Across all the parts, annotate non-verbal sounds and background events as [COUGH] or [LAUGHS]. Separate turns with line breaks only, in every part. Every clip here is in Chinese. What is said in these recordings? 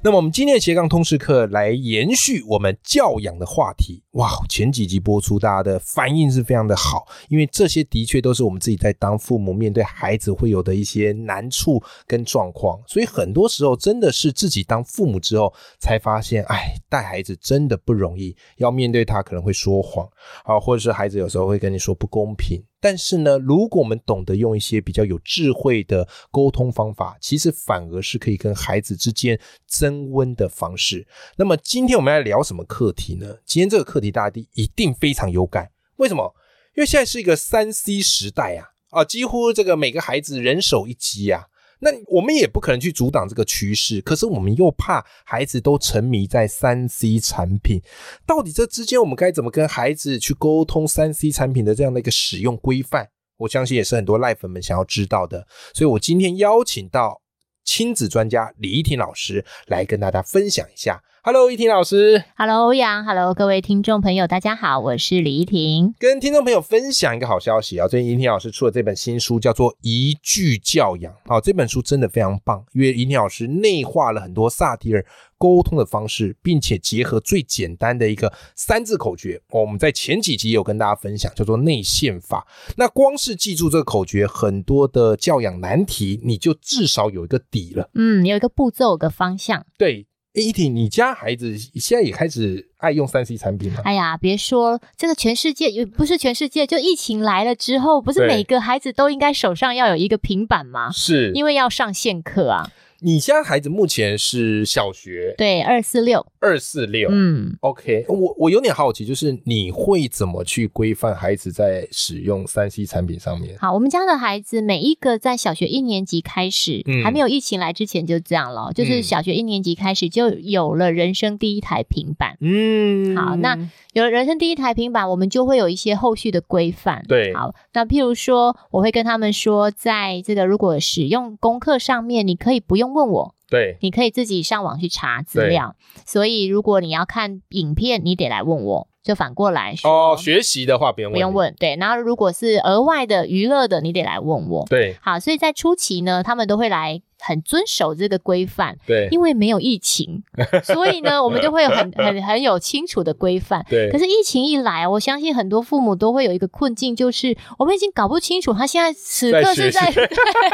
那么我们今天的斜杠通识课来延续我们教养的话题。哇，前几集播出，大家的反应是非常的好，因为这些的确都是我们自己在当父母面对孩子会有的一些难处跟状况，所以很多时候真的是自己当父母之后才发现，哎，带孩子真的不容易，要面对他可能会说谎。好，啊或者是孩子有时候会跟你说不公平。但是呢，如果我们懂得用一些比较有智慧的沟通方法，其实反而是可以跟孩子之间增温的方式。那么今天我们来聊什么课题呢？今天这个课题大家一定非常有感，为什么？因为现在是一个三 C 时代啊，啊，几乎这个每个孩子人手一机啊。那我们也不可能去阻挡这个趋势，可是我们又怕孩子都沉迷在三 C 产品，到底这之间我们该怎么跟孩子去沟通三 C 产品的这样的一个使用规范？我相信也是很多赖粉们想要知道的。所以我今天邀请到亲子专家李依婷老师来跟大家分享一下。Hello，依婷老师，
Hello，欧阳，Hello，各位听众朋友，大家好，我是李依婷。
跟听众朋友分享一个好消息啊！最近尹婷老师出了这本新书，叫做《一句教养》。好、这本书真的非常棒，因为尹婷老师内化了很多萨提尔沟通的方式，并且结合最简单的一个三字口诀。哦我们在前几集有跟大家分享，叫做内陷法。那光是记住这个口诀，很多的教养难题你就至少有一个底了。
嗯，有一个步骤，有个方向。
对，诶依婷，你家孩子现在也开始爱用三 C 产品了。
哎呀，别说这个全世界，也不是全世界，就疫情来了之后，不是
对
每个孩子都应该手上要有一个平板吗？
是，
因为要上线课啊。
你家孩子目前是小学
对，二四六，
二四六，
嗯，
OK，我我有点好奇，就是你会怎么去规范孩子在使用三 C 产品上面？
好，我们家的孩子每一个在小学一年级开始，
嗯
还没有疫情来之前就这样了，就是
嗯
小学一年级开始就有了人生第一台平板。
嗯
好那有了人生第一台平板，我们就会有一些后续的规范。
对
好，那譬如说，我会跟他们说，在这个如果使用功课上面，你可以不用问我，
对
你可以自己上网去查资
对
料。所以，如果你要看影片，你得来问我，就反过来说。
哦，学习的话不用
不用，问，对。然后如果是额外的娱乐的，你得来问我。
对
好，所以在初期呢，他们都会来很遵守这个规范，
对
因为没有
[LAUGHS]
疫情，所以呢，我们就会有很很很有清楚的规范。
对
可是疫情一来，我相信很多父母都会有一个困境，就是我们已经搞不清楚他现在此刻是在
在学
[LAUGHS]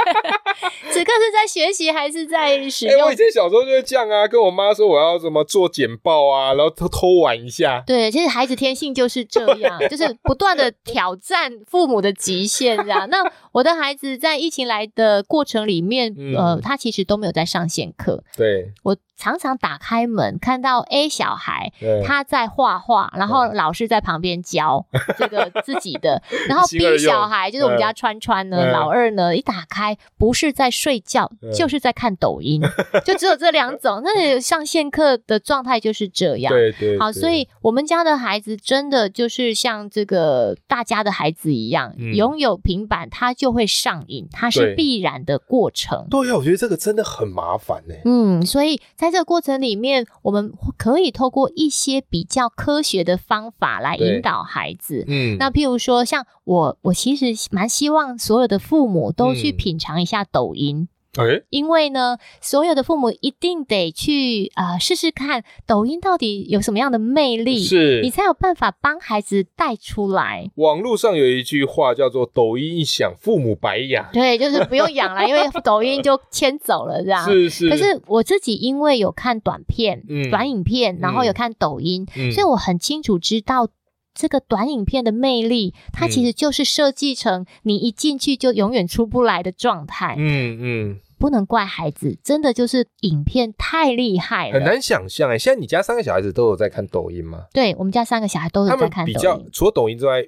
此刻是在学习还是在使
哎、
用。
我以前小时候就是这样啊，跟我妈说我要什么做简报啊，然后偷偷玩一下。
对，其实孩子天性就是这
[LAUGHS]
样，就是不断的挑战父母的极限，这样。那我的孩子在疫情来的过程里面，
嗯
呃，他其实都没有在上线课。
对，
我常常打开门看到 A 小孩，
对
他在画画，然后
嗯
老师在旁边教
[LAUGHS]
这个自己的，然后
习惯
B
了用
小孩就是我们家川川呢，
嗯
老二呢，一打开不是在睡觉
嗯，
就是在看抖
[LAUGHS]
音，就只有这两种。那上线课的状态就是这样。
对对。
好，
对
所以我们家的孩子真的就是像这个大家的孩子一样，
嗯
拥有平板他就会上瘾，它
对
是必然的过程。
对啊，我觉得这个真的很麻烦呢、
嗯，所以在这个过程里面，我们可以透过一些比较科学的方法来
对
引导孩子。
嗯，
那譬如说，像我，我其实蛮希望所有的父母都去
嗯
品尝一下抖音，
哎、
因为呢，所有的父母一定得去呃试试看抖音到底有什么样的魅力，
是
你才有办法帮孩子带出来。
网络上有一句话叫做“抖音一响，父母白养
对，就是不用养了，因为抖音就牵走了这”，样。
是是。
啊可是我自己因为有看短片、
嗯
短影片，然后有
嗯
看抖音，
嗯
所以我很清楚知道这个短影片的魅力，它其实
嗯
就是设计成你一进去就永远出不来的状态。
嗯
不能怪孩子，真的就是影片太厉害
嗯，很
了。
难想象哎、现在你家三个小孩子都有在看抖音吗？
对我们家三个小孩都
他
有在
们
看
比
抖
较
音。
除了抖音之外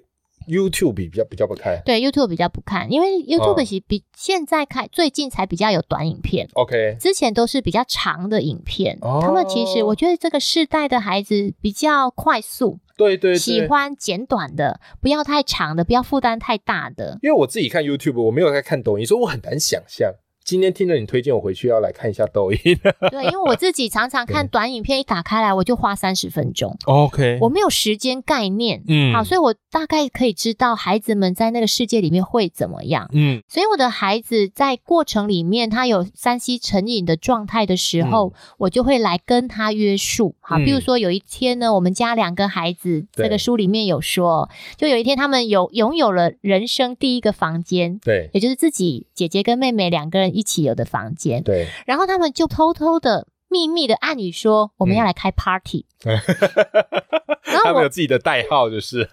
，YouTube 比较比较不看。
对 YouTube 比较不看，因为 YouTube
哦
其实比现在开最近才比较有短影片，
OK，
之前都是比较长的影片。
哦
他们其实我觉得这个世代的孩子比较快速，
哦对对对，
喜欢简短的，不要太长的，不要负担太大
[LAUGHS]
的。
因为我自己看 YouTube，我没有在看抖音，所以我很难想象。今天听了你推荐，我回去要来看一下抖
[LAUGHS]
音。
对，因为我自己常常看短影片，一打开来我就花三十分钟。
[LAUGHS] OK，
我没有时间概念，
嗯
好，所以我大概可以知道孩子们在那个世界里面会怎么样。
嗯
所以我的孩子在过程里面，他有三 C 成瘾的状态的时候，我就会来跟他约束。好，
嗯
比如说有一天呢，我们家两个孩子，
对
这个书里面有说，就有一天他们有拥有了人生第一个房间，
对
也就是自己姐姐跟妹妹两个人一起有的房间，
对，
然后他们就偷偷的。秘密的暗语说：“我
嗯
们要来
[LAUGHS]
开 party。然
他
后
们
我
有，自己的代号，
[LAUGHS]
就是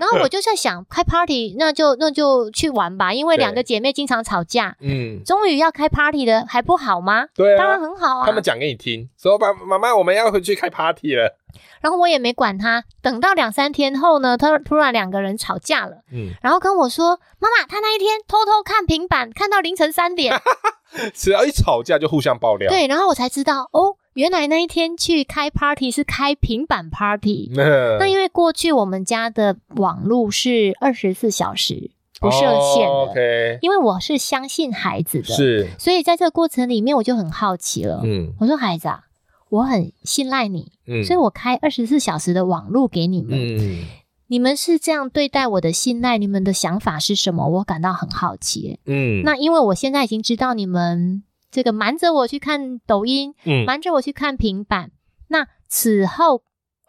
然后我就在想，开 party 那就那就去玩吧，因为
对
两个姐妹经常吵架，
嗯，
终于要开 party 了，还不好吗？
对
当
啊
然，很好啊
他。们讲给你听，说爸妈妈我们要回去开 party 了，
然后我也没管他，等到两三天后呢，他突然两个人吵架了，
嗯，
然后跟我说：“妈妈，他那一天偷偷看平板，看到凌晨
[LAUGHS]
三
啊
点。
只要一吵架就互相爆”料，
对，然后我才知道哦，原来那一天去开 party 是开平板 party。
[LAUGHS] 那
那因为过去我们家的网路是二十四小时不设限的，
哦 OK，
因为我是相信孩子的，
是，
所以在这个过程里面我就很好奇了。
嗯
我说：“孩子啊，我很信赖你，
嗯，
所以我开二十四小时的网络给你们。
嗯
你们是这样对待我的信赖，你们的想法是什么？我感到很好奇。
嗯，
那因为我现在已经知道你们这个瞒着我去看抖音，
嗯
瞒着我去看平板，那此后。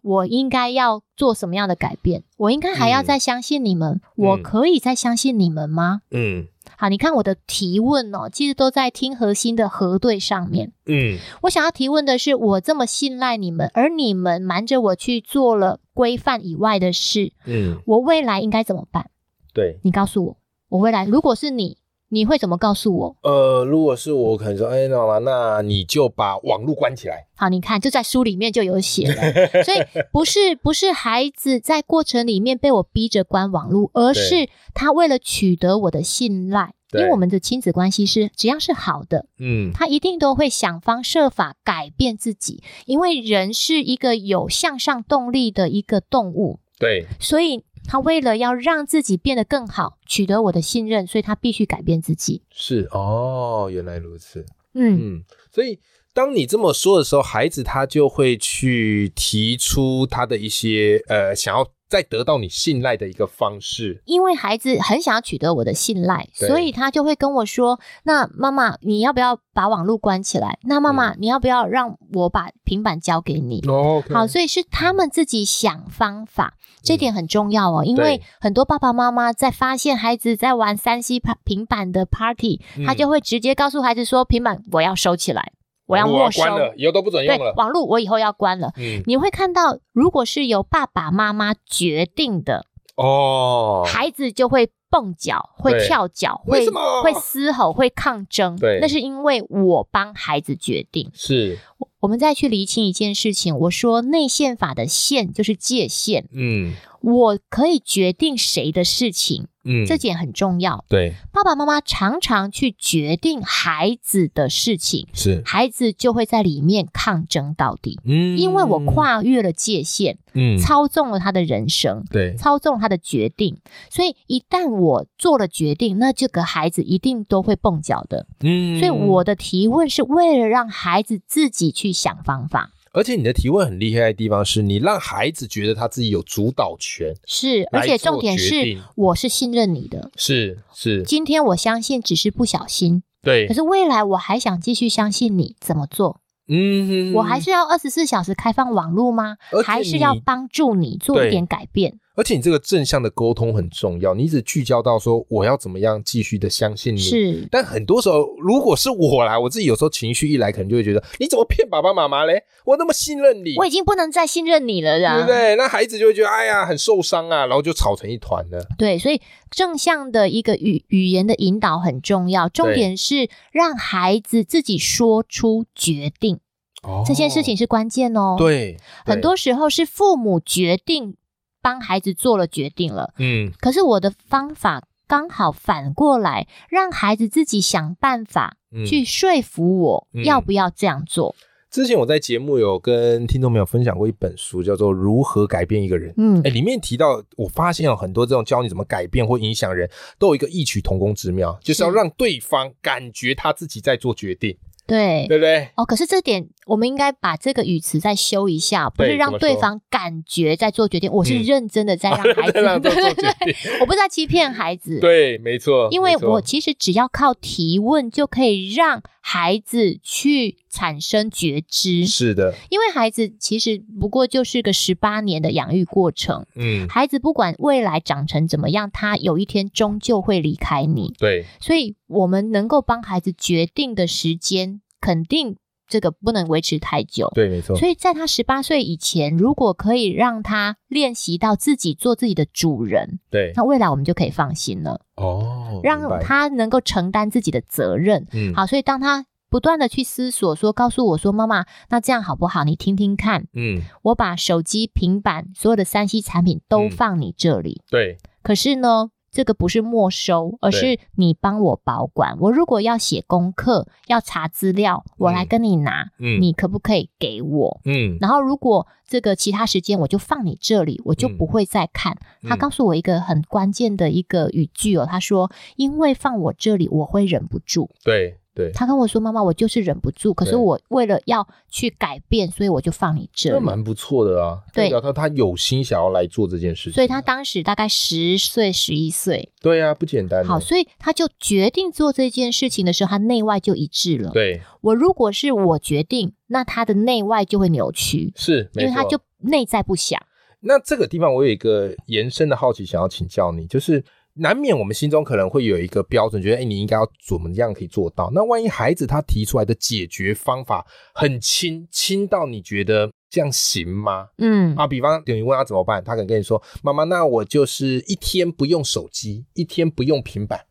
我应该要做什么样的改变？我应该还要
嗯
再相信你们？我
嗯
可以再相信你们吗？
嗯
好，你看我的提问哦，其实都在听核心的核对上面。
嗯
我想要提问的是，我这么信赖你们，而你们瞒着我去做了规范以外的事，
嗯，
我未来应该怎么办？
对。
你告诉我，我未来如果是你，你会怎么告诉我？
呃，如果是我，我可能说，哎、那妈妈，那你就把网络关起来。
好，你看就在书里面就有写了，所以不是不是孩子在过程里面被我逼着关网络，而是他为了取得我的信赖。因
对
为我们的亲子关系是，只要是好的，
嗯
他一定都会想方设法改变自己，因为人是一个有向上动力的一个动物，
对，
所以他为了要让自己变得更好，取得我的信任，所以他必须改变自己。
是哦，原来如此。
嗯，
嗯，所以当你这么说的时候，孩子他就会去提出他的一些呃，想要再得到你信赖的一个方式。
因为孩子很想要取得我的信赖，
对
所以他就会跟我说：“那妈妈，你要不要把网络关起来？那妈妈，
嗯
你要不要让我把平板交给你？”
哦
好，所以是他们自己想方法，这点很重要哦。因
嗯对
为很多爸爸妈妈在发现孩子在玩三 C 平平板的 party，、他
嗯
就会直接告诉孩子说：“平板我要收起来，我要没收，
哦啊关了，以后都不准
对
用，了。
网络我以后要关了。”
嗯，
你会看到，如果是由爸爸妈妈决定的，
哦，
孩子就会蹦脚、会
对
跳脚、
为
会
什么
会嘶吼、会抗争。
对
那是因为我帮孩子决定。
是，
我我们再去厘清一件事情，我说内宪法的宪就是界限，
嗯
我可以决定谁的事情，
嗯，
这点很重要。
对
爸爸妈妈常常去决定孩子的事情，
是，
孩子就会在里面抗争到底，
嗯
因为我跨越了界限，
嗯
操纵了他的人生。
对
操纵他的决定，所以一旦我做了决定，那这个孩子一定都会蹦脚的。
嗯
所以我的提问是为了让孩子自己去想方法，
而且你的提问很厉害的地方是你让孩子觉得他自己有主导权，
是，
来
而且
做
重点
决
是
定，
我是信任你的。
是是，
今天我相信只是不小心，
对
可，是未来我还想继续相信你，怎么做？
嗯
我还是要二十四小时开放网络吗
而且？
还是要
你
帮助你做
对
一点改变？
而且你这个正向的沟通很重要，你一直聚焦到说我要怎么样继续的相信你。，
是，
嗯但很多时候如果是我来，我自己有时候情绪一来，可能就会觉得你怎么骗爸爸妈妈嘞？我那么信任你，
我已经不能再信任你了啦，
对不对？那孩子就会觉得哎呀很受伤啊，然后就吵成一团了。
对，所以正向的一个语语言的引导很重要，重
对
点是让孩子自己说出决定，
哦
这件事情是关键哦。，
对，
很多时候是父母决定帮孩子做了决定了，
嗯
可是我的方法刚好反过来，让孩子自己想办法
嗯
去说服我
嗯
要不要这样做。
之前我在节目有跟听众朋友分享过一本书，叫做《如何改变一个人》。
嗯
哎，里面提到，我发现有哦很多这种教你怎么改变或影响人，都有一个异曲同工之妙，就是要让对方感觉他自己在做决定，
对
对不对？
哦，可是这点我们应该把这个语词再修一下，不
对
是
怎么
让对
说
方感觉在做决定，我是
嗯
认真的在让孩子，
[LAUGHS] 在让他做决定，
[LAUGHS] 我不是在欺骗孩子，
对，没错。
因为
没错
我其实只要靠提问就可以让孩子去产生觉知，
是的，
因为孩子其实不过就是个十八年的养育过程，
嗯，
孩子不管未来长成怎么样，他有一天终究会离开你，
对，
所以我们能够帮孩子决定的时间，肯定这个不能维持太久。
对，没错。
所以在他十八岁以前，如果可以让他练习到自己做自己的主人，
对，
那未来我们就可以放心了，
哦，
让
明白，
他能够承担自己的责任。
嗯，
好，所以当他不断的去思索说，告诉我说，妈妈，那这样好不好？你听听看，
嗯，
我把手机、平板所有的三 C 产品都
嗯
放你这里，
对，
可是呢，这个不是没收，而
对
是你帮我保管。我如果要写功课、要查资料，我来
嗯
跟你拿，
嗯，
你可不可以给我？
嗯，
然后如果这个其他时间我就放你这里，我就
嗯
不会再看。他
嗯
告诉我一个很关键的一个语句哦，他说：“因为放我这里，我会忍不住。
对，对”，
他跟我说：“妈妈，我就是忍不住，可是
对
我为了要去改变，所以我就放你这
这
里。
蛮不错的啊。
对
代表他他有心想要来做这件事”情，
所以他当时大概十岁、十一岁，
对啊，不简单。
好，，所以他就决定做这件事情的时候，他内外就一致了。
对，
我如果是我决定，那他的内外就会扭曲，
是，
因为
没
他
错
就内在不想。
那这个地方我有一个延伸的好奇，想要请教你，就是难免我们心中可能会有一个标准，觉得哎，你应该要怎么样可以做到？那万一孩子他提出来的解决方法很轻，轻到你觉得这样行吗？
嗯，
啊，比方你问他怎么办，他可能跟你说：“妈妈，那我就是一天不用手机，一天不用平板。”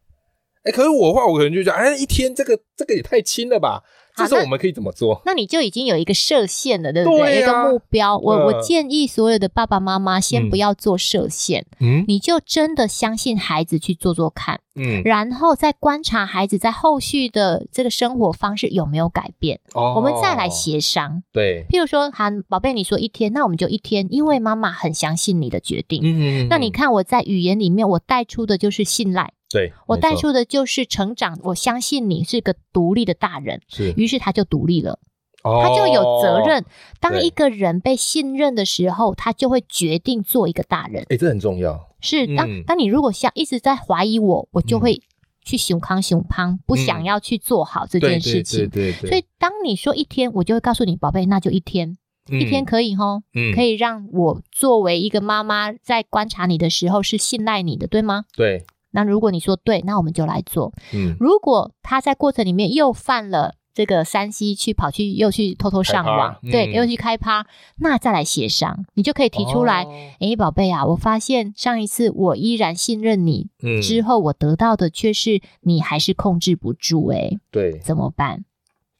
哎，可是我的话，我可能就觉得，哎，一天这个这个也太轻了吧？
好
这时候
那
我们可以怎么做？
那你就已经有一个设限了，对不
对
有一
啊
个目标。我、
嗯
我建议所有的爸爸妈妈先
嗯
不要做设限，
嗯
你就真的相信孩子去做做看，
嗯，
然后再观察孩子在后续的这个生活方式有没有改变，
哦
我们再来协商。
对，
譬如说，韩宝贝，你说一天，那我们就一天，因为妈妈很相信你的决定。
嗯
那你看我在语言里面，我带出的就是信赖，
对，
我
没
带
错
出的就是成长，我相信你是个独立的大人，
是，哦
于是他就独立了。
他
他就有责任。当
对
一个人被信任的时候，他就会决定做一个大人。
哎、这很重要。
是当、
嗯
当你如果像一直在怀疑我，我就会去熊康熊胖，不
嗯
想要去做好这件事情。
对对
所以，当你说一天，我就会告诉你，宝贝，那就一天，
以
一天可以吼，
以
可
以、
以让我作为一个妈妈在观察你的时候是信赖你的，对吗？
对，
那如果你说对，那我们就来做。
嗯，
如果他在过程里面又犯了这个山西去跑去又去偷偷上网，
开趴
对，
嗯
又去开趴，那再来协商，你就可以提出来。
哦
诶，宝贝啊，我发现上一次我依然信任你，
嗯，
之后我得到的却是你还是控制不住、诶，
对，
怎么办？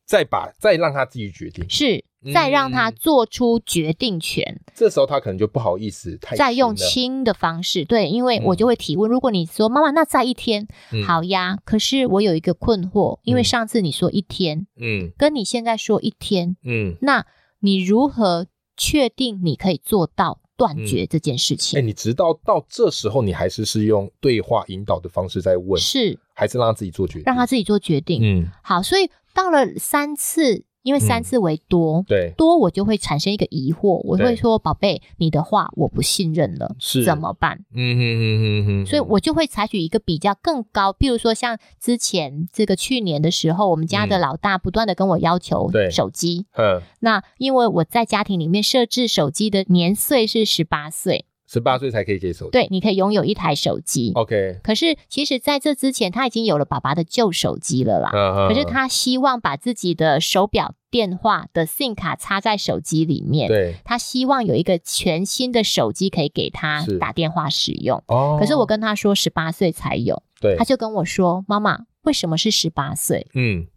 再把再让他自己决定，
是
嗯
再让他做出决定权，
这时候他可能就不好意思太
再用
轻
轻的方式，对，因为我
嗯
就会提问。如果你说妈妈，那再一天，
了，
好呀，可是我有一个困惑，因为
嗯
上次你说一天，
嗯
跟你现在说一天，
嗯嗯，
那你如何确定你可以做到断绝这件事
哎、
情？
你直到到这时候，你还是是用对话引导的方式在问，
是
还是让他自己做决定？
让他自己做决定。
嗯，
好，所以到了三次，因为三次为多，
对，
多我就会产生一个疑惑，我
嗯对
会说：“宝贝，你的话我不信任了，
是
怎？么办？”
嗯哼哼哼哼，
所以我就会采取一个比较更高，比如说像之前这个去年的时候，我们家的
嗯
老大不断的跟我要求
对
手机。
嗯，
那因为我在家庭里面设置手机的年岁是十八岁，
十八岁才可以给手机。
对，你可以拥有一台手机。
，OK，
可是其实在这之前，他已经有了爸爸的旧手机了啦。
可
可是他希望把自己的手表、电话的 SIM 卡插在手机里面。
对
他希望有一个全新的手机可以给他
是
打电话使用。
哦，
可是我跟他说十八岁才有，
对
他，就跟我说：“妈妈，为什么是十八岁
嗯？”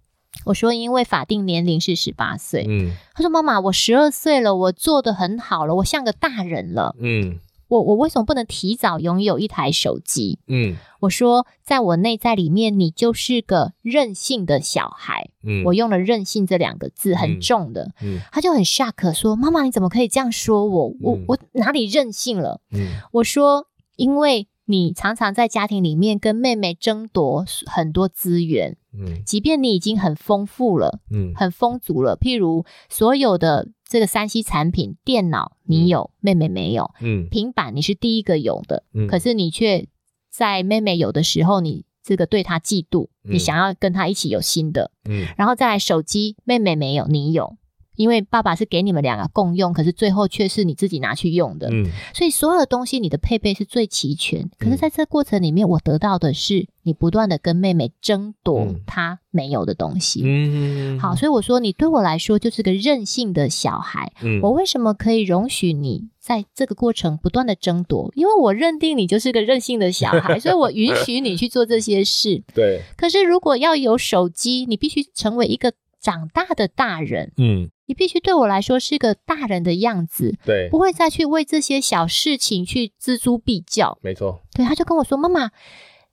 我说：“因为法定年龄是十八岁。
嗯
他说：“妈妈，我十二岁了，我做的很好了，我像个大人了。”
嗯，
我我为什么不能提早拥有一台手机？
嗯
我说，在我内在里面，你就是个任性的小孩。
嗯，
我用了“任性”这两个字，很
嗯
重的。
嗯
他就很 shock 说：“妈妈，你怎么可以这样说我？我、
嗯
我哪里任性了
嗯？”
我说：“因为你常常在家庭里面跟妹妹争夺很多资源，
嗯
即便你已经很丰富了、
嗯
很丰足了，譬如所有的这个三 C 产品，电脑你有，妹妹没有；
嗯
平板你是第一个有的，
嗯，
可是你却在妹妹有的时候，你这个对她嫉妒，
嗯
你想要跟她一起有新的，
嗯
然后再来手机，妹妹没有，你有，因为爸爸是给你们两个共用，可是最后却是你自己拿去用的，
嗯
所以所有的东西你的配备是最齐全。可是在这过程里面，我得到的是你不断的跟妹妹争夺
嗯
她没有的东西。
嗯，
好，所以我说你对我来说就是个任性的小孩，
嗯，
我为什么可以容许你在这个过程不断的争夺？因为我认定你就是个任性的小孩， [LAUGHS] 所以我允许你去做这些事。
对，
可是如果要有手机，你必须成为一个长大的大人，
嗯
你必须对我来说是个大人的样子，
对，
不会再去为这些小事情去锱铢必较。
没错，
对，他就跟我说：“妈妈。”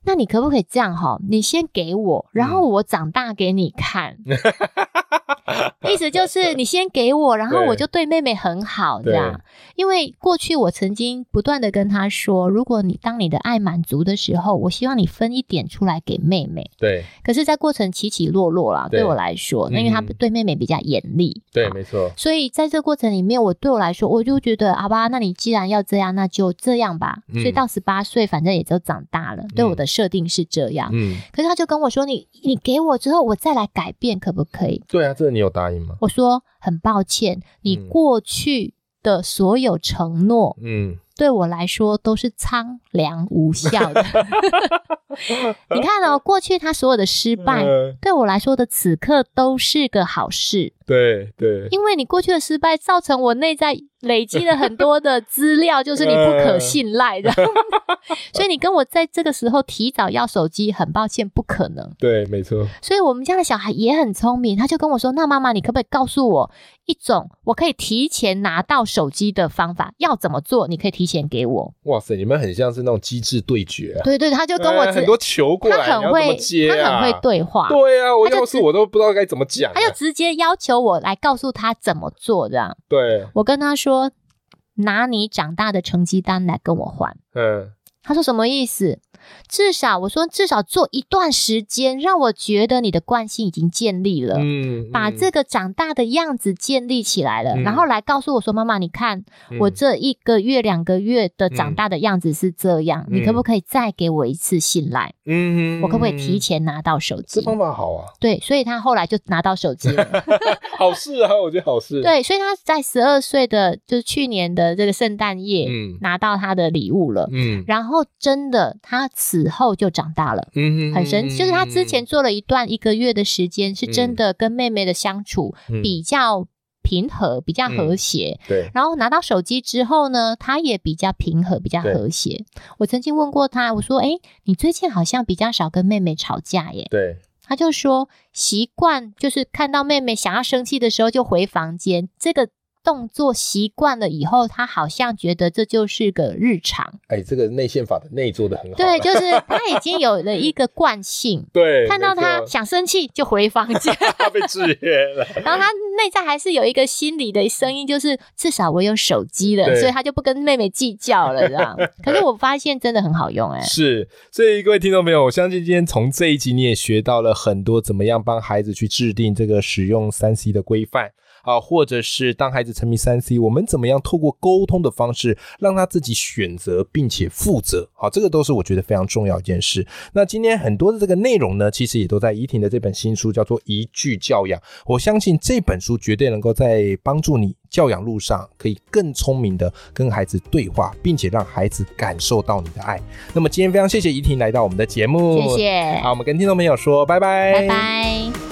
那你可不可以这样哈？你先给我，然
嗯
后我长大给你看。意思
[LAUGHS]
就是你先给我，然后
对
我就对妹妹很好，这样
对。
因为过去我曾经不断的跟她说，如果你当你的爱满足的时候，我希望你分一点出来给妹妹。
对
可是，在过程起起落落啦，
对
对我来说，那因为她
嗯
对妹妹比较严厉，
对，
啊
没错，
所以在这过程里面，我对我来说，我就觉得好吧，那你既然要这样，那就这样吧。
嗯
所以到十八岁，反正也就长大了，对我的设定是这样。
嗯，
可是他就跟我说：“你你给我之后，我再来改变，可不可以
对啊，这你有答应吗？”？
我说：“很抱歉，你
嗯
过去的所有承诺，
嗯，
对我来说都是苍凉
[LAUGHS]
无效的。 [LAUGHS] 你看哦，过去他所有的失败，
呃
对我来说的此刻都是个好事。
对对，
因为你过去的失败，造成我内在累积了很多的资料，就是你不可信赖的， [LAUGHS] 所以你跟我在这个时候提早要手机，很抱歉，不可能。
对，没错，
所以我们家的小孩也很聪明，他就跟我说：“那妈妈，你可不可以告诉我一种我可以提前拿到手机的方法？要怎么做？你可以提前给我。
哇塞，你们很像是那种机智对决啊”，
对对，他就跟我
呃
直
很多球过
他
来，你
很
要怎么
会，
接
他
啊？
很会对话，
对啊，我
他就
要是
直
我都不知道该怎么讲啊，
他就直接要求我来告诉他怎么做。这样，
对，
我跟他说：“拿你长大的成绩单来跟我换。”
嗯
他说什么意思？至少我说至少做一段时间，让我觉得你的惯性已经建立了，
嗯，
呃把这个长大的样子建立起来了，
嗯
然后来告诉我说：“妈妈，你看、
嗯
我这一个月、两个月的长大的样子是这样，
嗯
你可不可以再给我一次信赖？
嗯，
我可不可以提
前？
前拿到手
这
机？”
方法好啊，
对，所以他后来就拿到手机
[LAUGHS]
了。
好事啊，我觉得好事。，
对，所以他在十二岁的，就是去年的这个圣诞夜，
嗯
拿到他的礼物了。
嗯
然后真的，他此后就长大了。
嗯
很神奇，就是他之前做了一段一个月的时间，是真的跟妹妹的相处
嗯
比较平和、比较和谐。
对，
然后拿到手机之后呢，他也比较平和、比较和谐。我曾经问过他，我说：“哎，你最近好像比较少跟妹妹吵架耶
对，？”
他就说：“习惯就是看到妹妹想要生气的时候就回房间，这个动作习惯了以后，他好像觉得这就是个日常。
哎，这个内线法的内做的很好啊。
对，就是他已经有了一个惯性。”
[LAUGHS] 对，
看到他想生气就回房间，
[LAUGHS] 他被制约了。
然后他内在还是有一个心里的声音，就是至少我有手机了
对，
所以他就不跟妹妹计较了，这样。可是我发现真的很好
[LAUGHS]
用、 [LAUGHS] 哎，
是，所以各位听众朋友，我相信今天从这一集你也学到了很多怎么样帮孩子去制定这个使用三 C 的规范。啊，或者是当孩子沉迷三 C，我们怎么样透过沟通的方式，让他自己选择并且负责？好，这个都是我觉得非常重要一件事。那今天很多的这个内容呢，其实也都在怡婷的这本新书，叫做《一句教养》。我相信这本书绝对能够在帮助你教养路上，可以更聪明的跟孩子对话，并且让孩子感受到你的爱。那么今天非常谢谢怡婷来到我们的节目，
谢。谢，
好，我们跟听众朋友说拜拜，
拜拜。